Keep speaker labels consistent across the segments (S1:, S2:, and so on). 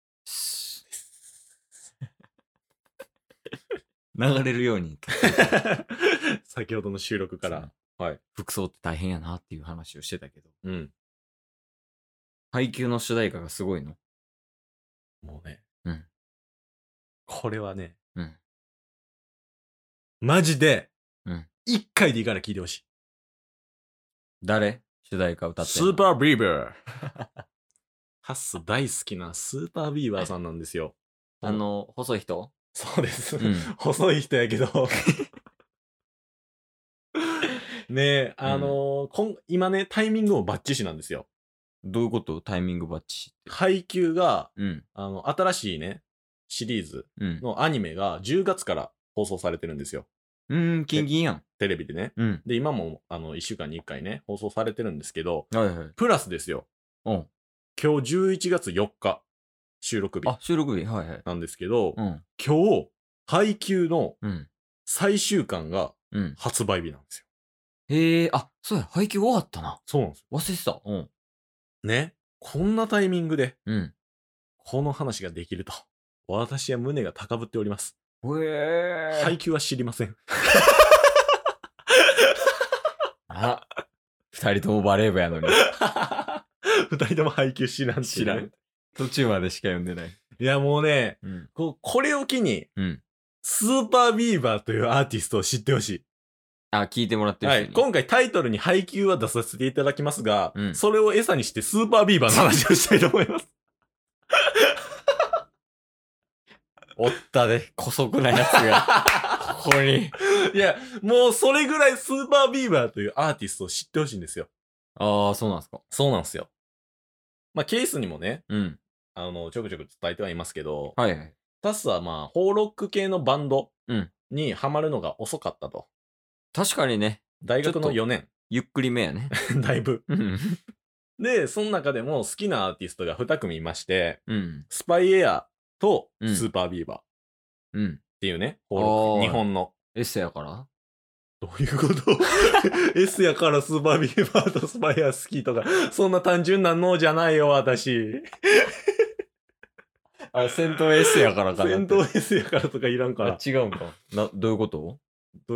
S1: 流れるように。
S2: 先ほどの収録から。はい。
S1: 服装って大変やなっていう話をしてたけど、
S2: うん。
S1: 配給の主題歌がすごいの。
S2: もうね。
S1: うん。
S2: これはね、
S1: うん。
S2: マジで
S1: うん、
S2: 一回でいいから聞いてほしい。
S1: 誰主題歌歌って
S2: スー
S1: ー
S2: パービーバー。 ハッス大好きなスーパービーバーさんなんですよ。
S1: あの、細い人
S2: そうです。
S1: うん
S2: 細い人やけど。 ねえ、あのーこん今ね、タイミングもバッチシなんですよ。
S1: どういうことタイミングバッチって。
S2: 配給が、
S1: うん。
S2: あの、新しいね、シリーズ
S1: うん。
S2: のアニメが10月から放送されてるんですよ。
S1: うーん、キンキンやん。
S2: テレビでね。
S1: うん。
S2: で、今も、あの、1週間に1回ね、放送されてるんですけど、
S1: はいはい。
S2: プラスですよ。
S1: うん。
S2: 今日11月4日、収録日
S1: あ、収録日はいはい。
S2: なんですけど、
S1: うん。
S2: 今日、配給の
S1: うん。
S2: 最終巻が
S1: うん。
S2: 発売日なんですよ。
S1: へえ、あ、そうや、配給終わったな。
S2: そうなんです
S1: 忘れてた。うん。
S2: よ。ね。こんなタイミングで、
S1: うん。
S2: この話ができると。私は胸が高ぶっております。
S1: へえ。
S2: 配。給は知りません。
S1: あ、二人ともバレー部やのに。
S2: 二人とも配給知らんってい
S1: 知
S2: うね
S1: らん。途中までしか読んでない。
S2: いや、もうね、
S1: うん。
S2: ここれを機に、
S1: うん。
S2: スーパービーバーというアーティストを知ってほし
S1: あ、聞いてもらっ
S2: い。
S1: てる
S2: は
S1: 人に。
S2: い。今回タイトルに配給は出させていただきますが、
S1: うん
S2: それを餌にしてスーパービーバーの話をしたいと思います。
S1: おったで、古速なやつが。ここに。
S2: いや、もうそれぐらいスーパービーバーというアーティストを知ってほしいんですよ。
S1: ああ、そうなんですか。
S2: そうなんですよ。まあ、ケースにもね、
S1: うん。
S2: あの、ちょくちょく伝えてはいますけど、
S1: はいはい。
S2: タスはまあ、ホーロック系のバンド
S1: うん
S2: にハマるのが遅かったと。
S1: 確かにね、
S2: 大学
S1: ちょっ
S2: の
S1: と
S2: 4年、
S1: ゆっくりめやね。
S2: だいぶ。
S1: うん。
S2: で、その中でも好きなアーティストが2組いまして、
S1: うん。
S2: スパイエアと
S1: うん
S2: スーパービーバーっ
S1: うん。
S2: ていうね、ホーロック
S1: あー
S2: 日本の。
S1: エッセやから
S2: どういうこと ?S やからスーパービーバーとスパイエア好きとか、そんな単純なのじゃないよ、私。
S1: あ、戦闘エッセやから
S2: 戦闘 S やからとかいらんから。
S1: 違うんか。な、どういうこと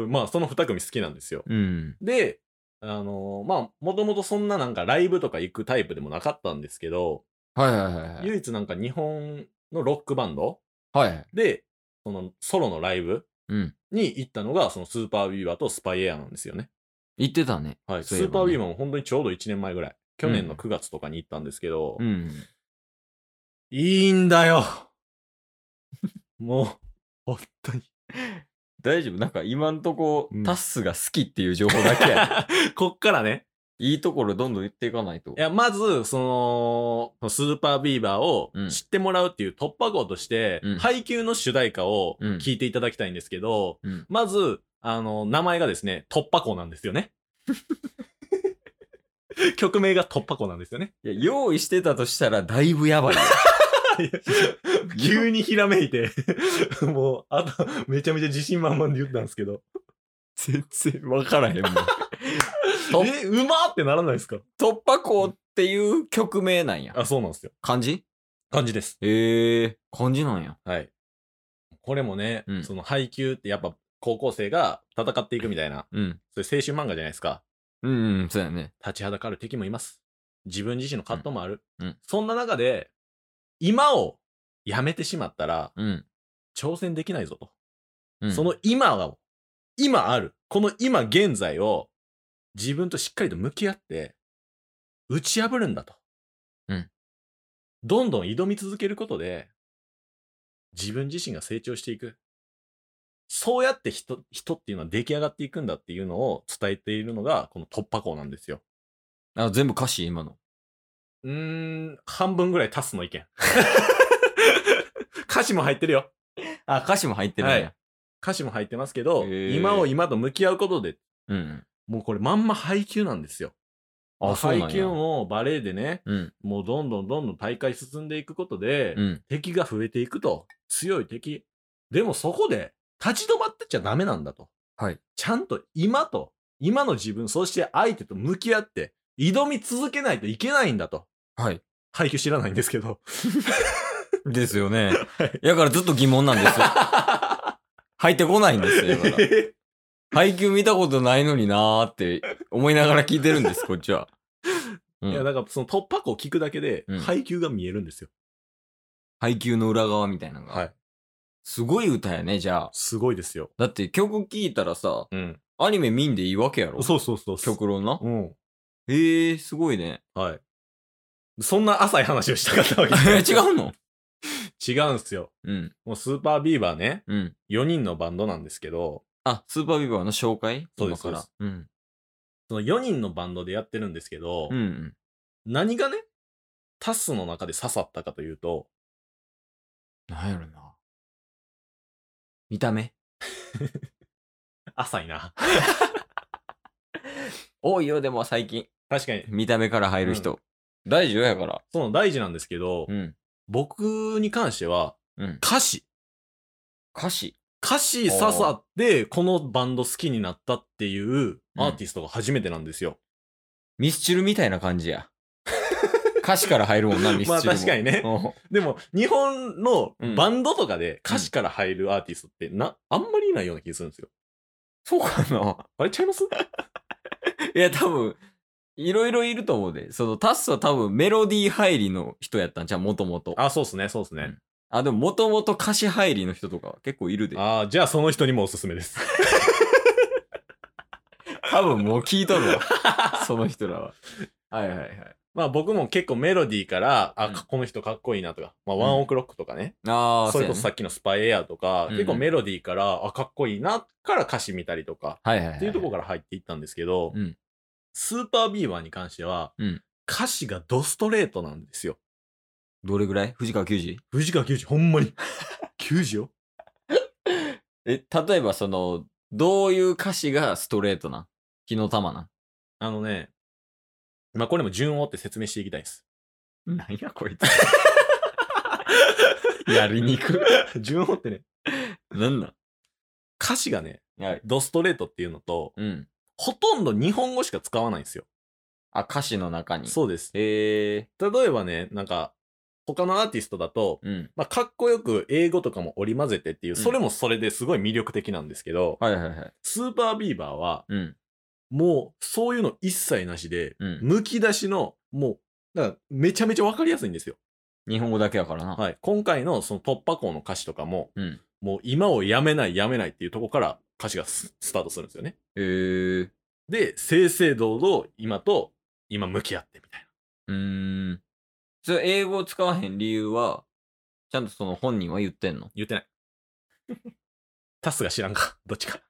S2: まあ、その2組好きなんですよ。
S1: うん。
S2: で、あのーまあ、もともとそんななんかライブとか行くタイプでもなかったんですけど、
S1: はいはいはいはい。
S2: 唯一なんか日本のロックバンド
S1: はいはい。
S2: で、そのソロのライブ
S1: うん。
S2: に行ったのが、そのスーパービーバーとスパイエアなんですよね。
S1: 言ってたね。
S2: はい、ス
S1: そういえ
S2: ー
S1: ばね
S2: パービーバーも本当にちょうど1年前ぐらい。去年
S1: う
S2: の
S1: ん
S2: 9月とかに行ったんですけど、
S1: うん。
S2: いいん だよもう、本当に。
S1: 大丈夫なんか今んとこ、
S2: うん
S1: タッスが好きっていう情報だけ や。
S2: こっからね。
S1: いいところどんどん言っていかないと。
S2: いや、まず、その、スーパービーバーを
S1: うん
S2: 知ってもらうっていう突破口として、
S1: うん
S2: 配給の主題歌を
S1: うん
S2: 聞いていただきたいんですけど、
S1: うん。
S2: まず、あの、名前がですね、突破口なんです よね。曲名が突破口なんですよね。
S1: いや、用意してたとしたらだいぶやばいよ。
S2: 急にひらめいて、 もう、あと、めちゃめちゃ自信満々で言ったんですけど、
S1: 全然わからへんもん。と
S2: え、うまーってならないですか
S1: 突破口っていう曲名なんや。
S2: あ、そうなんですよ。
S1: 漢字
S2: 感じです。
S1: へえー、漢字なんや。
S2: はい。これもね、
S1: うん
S2: その配給ってやっぱ高校生が戦っていくみたいな、
S1: うん。
S2: それ青春漫画じゃないですか。
S1: うん、うん、そうやね。
S2: 立ちはだかる敵もいます。自分自身の葛藤もある。
S1: うんうん
S2: そんな中で、今をやめてしまったら
S1: うん。
S2: 挑戦できないぞと。
S1: うん、
S2: その今を、今ある、この今現在を自分としっかりと向き合って、打ち破るんだと。
S1: うん
S2: どんどん挑み続けることで、自分自身が成長していく。そうやって人、人っていうのは出来上がっていくんだっていうのを伝えているのが、この突破口なんですよ。
S1: あ、全部歌詞今の。
S2: うーん、半分ぐらい足すの意 見。歌詞も入ってるよ。
S1: あ、歌詞も入ってるんや。
S2: はい歌詞も入ってますけど、
S1: へー
S2: 今を今と向き合うことで、
S1: うん。
S2: もうこれまんま配給なんですよ。
S1: あ、そうな
S2: 配
S1: ん
S2: 給
S1: や。
S2: もバレエでね、
S1: うん。
S2: もうどんどんどんどん大会進んでいくことで、
S1: うん。
S2: 敵が増えていくと。強い敵。でもそこで立ち止まってちゃダメなんだと。
S1: はい
S2: ちゃんと今と、今の自分、そして相手と向き合って、挑み続けないといけないんだと。
S1: はい。
S2: 配給知らないんですけど。
S1: ですよね。やからずっと疑問なんですよ。 入ってこないんですよ。だから
S2: え
S1: 配給見たことないのになーって思いながら聞いてるんです、こっち は。う
S2: いや、
S1: ん、
S2: だからその突破口を聞くだけで
S1: うん、
S2: 配給が見えるんですよ。
S1: 配給の裏側みたいなのが。
S2: はい。
S1: すごい歌やね、じゃあ。
S2: すごいですよ。
S1: だって曲聴いたらさ、
S2: うん。
S1: アニメ見んでいいわけやろ
S2: そうそうそう。
S1: 極論な。
S2: うん。
S1: へえー、すごいね。
S2: はい。そんな浅い話をしたかったわけ
S1: え 違うの
S2: 違うんすよ。
S1: うん、
S2: もうスーパービーバーね、
S1: うん。
S2: 4人のバンドなんですけど、
S1: あ、スーパービバーの紹介
S2: そうです
S1: 今から。
S2: そう
S1: ん。
S2: その4人のバンドでやってるんですけど、
S1: うんうん。
S2: 何がね、タスの中で刺さったかというと、
S1: なんやろな。見た目
S2: 浅いな。
S1: 多いよ、でも最近。
S2: 確かに、
S1: 見た目から入る人。大事よやから。
S2: その大事なんですけど、
S1: うん。
S2: 僕に関しては、
S1: うん。
S2: 歌詞。
S1: 歌詞
S2: 歌詞刺さって、このバンド好きになったっていうアーティストが初めてなんですよ。
S1: ミスチルみたいな感じ や。歌詞から入るもんな、ミスチルも。
S2: まあ確かにね
S1: うん
S2: でも、日本のバンドとかで歌詞から入るアーティストってな、あんまりいないような気がするんですよ。
S1: そうかな。
S2: あれちゃいます
S1: いや、多分、いろいろいると思うで。その、タッスは多分メロディー入りの人やったんじゃうもともと。
S2: あ、そうっすね、そうっすね。
S1: あ、でももともと歌詞入りの人とか結構いるで。
S2: ああ、じゃあその人にもおすすめです。
S1: 多分もう聞いと るわ。その人らは。はいはいはい。
S2: まあ僕も結構メロディーから、あ、
S1: うん
S2: この人かっこいいなとか、まあワンオクロックとかね、
S1: ああ、
S2: それこ
S1: う
S2: そ
S1: や
S2: さっきのスパイエアとか、
S1: うん
S2: 結構メロディーから、あ、かっこいいなから歌詞見たりとか、
S1: ねはいはいはい。
S2: っていうところから入っていったんですけど、
S1: うん
S2: スーパービーバーに関しては、
S1: うん
S2: 歌詞がドストレートなんですよ。
S1: どれぐらい藤川球児
S2: 藤川球児、ほん まに。球児よ。
S1: え、例えばその、どういう歌詞がストレートなん火の玉な
S2: あのね、まあこれも順を追って説明していきたいです。
S1: んなんやこいつ。 やりにく。
S2: 順を追ってね、
S1: なんな
S2: 歌詞がね、
S1: んはい。
S2: ドストレートっていうのと、
S1: うん。
S2: ほとんど日本語しか使わないんですよ。
S1: あ、歌詞の中に。
S2: そうです。
S1: へえ
S2: 例えばね、なんか、他のアーティストだと、
S1: ー。うん。
S2: まあ、かっこよく英語とかも織り交ぜてってい
S1: う
S2: う、
S1: ん
S2: それもそれですごい魅力的なんですけど、
S1: はいはいはい。
S2: スーパービーバーは、
S1: うん。
S2: もう、そういうの一切なしで、
S1: うん。
S2: むき出しの、もう、だからめちゃめちゃわかりやすいんですよ。
S1: 日本語だけやからな。
S2: はい。今回のその突破口の歌詞とかも、
S1: うん。
S2: もう今をやめないやめないっていうとこから歌詞がススタートするんですよね。
S1: へえー。
S2: で、正々堂々今と今向き合ってみたいう
S1: ーん。それ英語を使わへん理由は、ちゃんとその本人は言ってんの
S2: な。言ってない。 タスが知らんか。どっちか。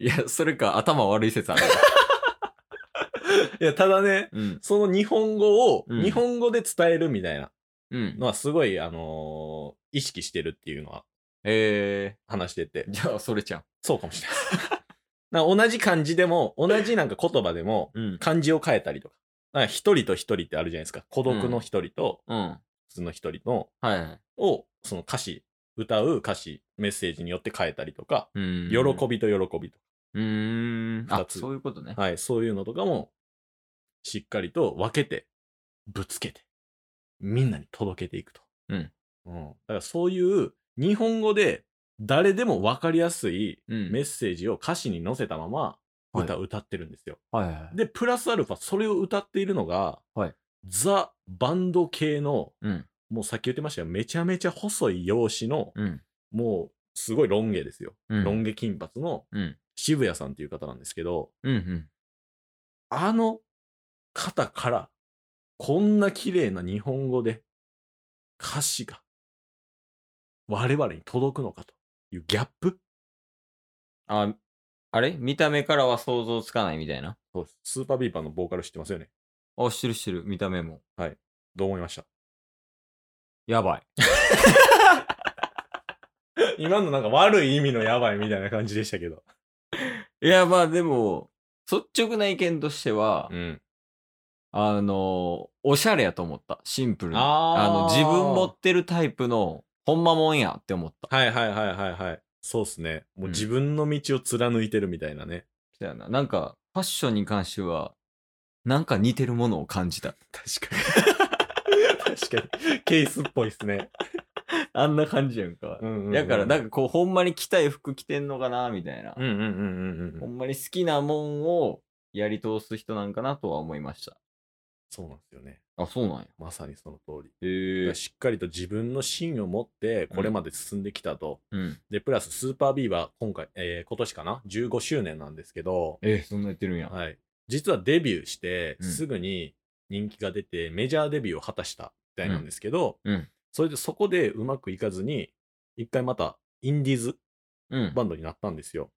S1: いや、それか頭悪い説ある。
S2: いや、ただね、
S1: うん。
S2: その日本語を、
S1: うん
S2: 日本語で伝えるみたいな
S1: うん。
S2: のはすごい、あのー意識してるっていうのは
S1: え
S2: 話してて
S1: ー。、じゃあ、それちゃん。
S2: そうかも しれない。なんか同じ漢字でも、同じなんか言葉でも、
S1: うん。
S2: 漢字を変えたりとか。なんか一人と一人ってあるじゃないですか。孤独の一人と、
S1: うん。は
S2: 普通の一人の、
S1: いはい。
S2: を、その歌詞、歌う歌詞、メッセージによって変えたりとか、
S1: うん。
S2: 喜びと喜びと
S1: うーん。あ
S2: 二、つ
S1: そういうことね。
S2: か。はい、そういうのとかも、しっかりと分けて、ぶつけて、みんなに届けていくと。
S1: うん。
S2: うん。だからそういう、日本語で、誰でも分かりやすい
S1: うん
S2: メッセージを歌詞に載せたまま、
S1: はい
S2: 歌、歌ってるんですよ。
S1: はいはい。
S2: で、プラスアルファ、それを歌っているのが、
S1: はい
S2: ザ・バンド系の、
S1: うん。
S2: もうさっき言ってましたが、めちゃめちゃ細い容姿の、
S1: うん。
S2: もう、すごいロン毛ですよ。
S1: うん。
S2: ロン毛金髪の
S1: うん。
S2: 渋谷さんっていう方なんですけど、
S1: うん。うん。
S2: あの方から、こんな綺麗な日本語で、歌詞が、我々に届くのかというギャップ。
S1: あ、あれ見た目からは想像つかないみたいな。
S2: そうですスーパービーバーのボーカル知ってますよね。
S1: あ、知ってる知ってる。見た目も。
S2: どう思いました
S1: やばい。
S2: 今のなんか悪い意味のやばいみたいな感じでしたけど。
S1: いや、まあでも、率直な意見としては、
S2: うん。
S1: あの、おしゃれやと思った。シンプルに。あの、
S2: あ
S1: 自分持ってるタイプの、ほんまもんやって思った。
S2: はいはいはいはいはい。そうっすね。もう
S1: うん
S2: 自分の道を貫いてるみたいなね。
S1: そうやな。なんか、ファッションに関しては、なんか似てるものを感じた。
S2: 確かに。確かに。ケースっぽいっすね。
S1: あんな感じやんか。だから、なん
S2: か、
S1: かこう、ほんまに着たい服着てんのかな、みたいな。
S2: うんうんうんうんうん
S1: ほ
S2: うん。
S1: んまに好きなもんをやり通す人なんかなとは思いました。
S2: そうなんですよね。
S1: あ、そうなんや。
S2: まさにその通り。
S1: へえ。
S2: しっかりと自分の芯を持って、これまで進んできたと。
S1: うん。
S2: で、プラス、スーパービーは今回、えー今年かな ?15 周年なんですけど、
S1: え、そんなやってるんや。
S2: はい。実はデビューして、
S1: うん
S2: すぐに人気が出て、メジャーデビューを果たしたみたいなんですけど、
S1: うんうん
S2: それでそこでうまくいかずに、一回またインディーズ
S1: うん。
S2: バンドになったんですよ。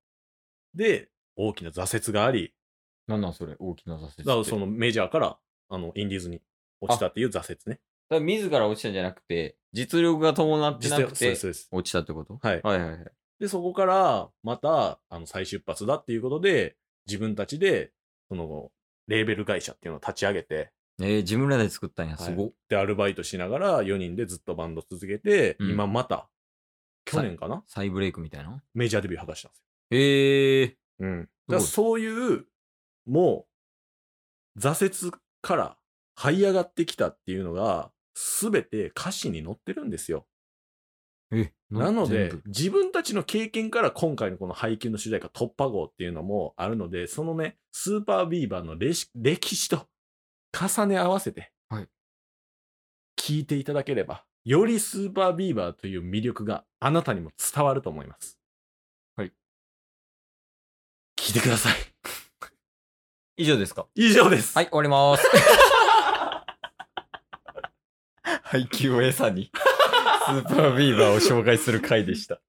S2: で、大きな挫折があり、
S1: なんなんそれ、大きな挫折って。
S2: だからそのメジャーからあのインディーズに落ちたっていう挫折ね。
S1: だから自ら落ちたんじゃなくて、実力が伴ってなく
S2: そうで
S1: て
S2: す、そうです。
S1: 落ちたってこと
S2: はい
S1: はいはいはい。
S2: で、そこからまたあの再出発だっていうことで、自分たちで、その、レーベル会社っていうのを立ち上げて、
S1: えー、自分らで作ったんや、
S2: はい
S1: すごっ。
S2: で、アルバイトしながら4人でずっとバンド続けて、
S1: うん
S2: 今また、去年かな
S1: 再ブレイクみたいな。
S2: メジャーデビュー果たしたんですよ。
S1: えー、
S2: うん。だから
S1: す
S2: そういう、もう、挫折から這い上がってきたっていうのが、すべて歌詞に載ってるんですよ。
S1: え、
S2: なの
S1: 全
S2: で
S1: 部、
S2: 自分たちの経験から今回のこの配給の主題歌突破号っていうのもあるので、そのね、スーパービーバーの歴史歴史と重ね合わせて
S1: はい、
S2: 聞いていただければ、よりスーパービーバーという魅力があなたにも伝わると思います。
S1: はい。
S2: 聞いてください。
S1: 以上ですか
S2: 以上です。
S1: はい、終わりまー す。配給を餌に、スーパービーバーを紹介する回でした。